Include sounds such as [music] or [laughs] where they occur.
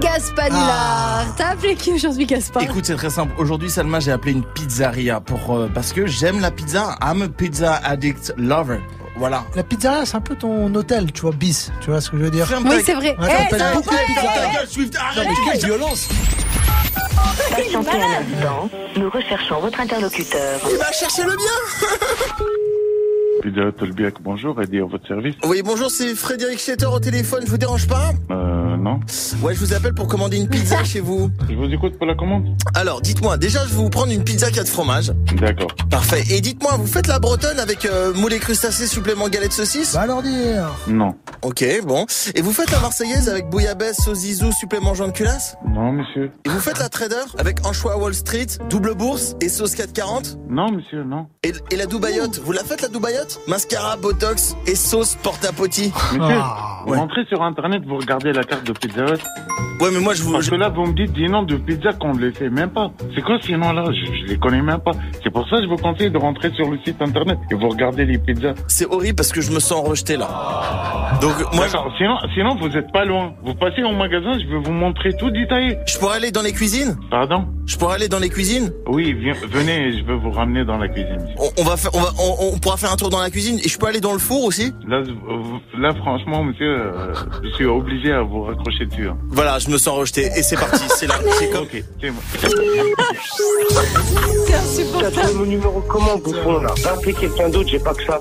Gaspard Ah. T'as appelé qui aujourd'hui, Gaspard Écoute, c'est très simple. Aujourd'hui, Salma, j'ai appelé une pizzeria pour euh, parce que j'aime la pizza. I'm a pizza addict lover. Voilà. La pizzeria, c'est un peu ton hôtel, tu vois, bis. Tu vois ce que je veux dire Ferme Oui, ta- c'est vrai. Ouais, Eh, t'appelles ça- eh. beaucoup de Ferme pizzeria. ta gueule, Swift. Arrête. violence Patientez un instant, nous recherchons votre interlocuteur. Il va chercher le bien. Pizza Tolbiac, bonjour, Eddie à votre service. Oui, bonjour, c'est Frédéric Schetter au téléphone. Je vous dérange pas Euh, non. Ouais, je vous appelle pour commander [laughs] une pizza chez vous. Je vous écoute pour la commande Alors, dites-moi, déjà, je vais vous prendre une pizza qui a de fromage. D'accord. Parfait. Et dites-moi, vous faites la bretonne avec euh, moules et crustacés, supplément galette saucisse Va leur dire Non. Ok, bon. Et vous faites la marseillaise avec bouillabaisse, sauce zizou, supplément Jean de culasse Non, monsieur. Et vous faites la trader avec anchois Wall Street, double bourse et sauce 440 Non, monsieur, non. et, et la doubayotte, vous la faites la doubayotte Mascara, botox et sauce porte-à-poti. Monsieur, Ah, vous ouais. rentrez sur Internet, vous regardez la carte de Pizza Hut. Ouais, mais moi je vous... Parce je- que là, vous me dites des noms de pizza qu'on ne les fait même pas. C'est quoi ces noms-là je, je les connais même pas. C'est pour ça que je vous conseille de rentrer sur le site Internet et vous regardez les pizzas. C'est horrible parce que je me sens rejeté là. Donc moi D'accord, sinon, sinon, vous êtes pas loin. Vous passez au magasin, je vais vous montrer tout détaillé. je pourrais aller dans les cuisines Pardon Je pourrais aller dans les cuisines Oui, vi- venez, je vais vous ramener dans la cuisine. monsieur. on, on va faire, on, va, on, on pourra faire un tour dans la cuisine et je peux aller dans le four aussi Là, je- là, franchement, monsieur, euh, je suis obligé à vous raccrocher dessus. hein. Voilà, je me sens rejeté et c'est parti, c'est là, c'est comme... Ok, c'est bon. C'est insupportable. T'as trouvé mon numéro comment, bouffon, là Va appeler quelqu'un d'autre, j'ai pas que ça.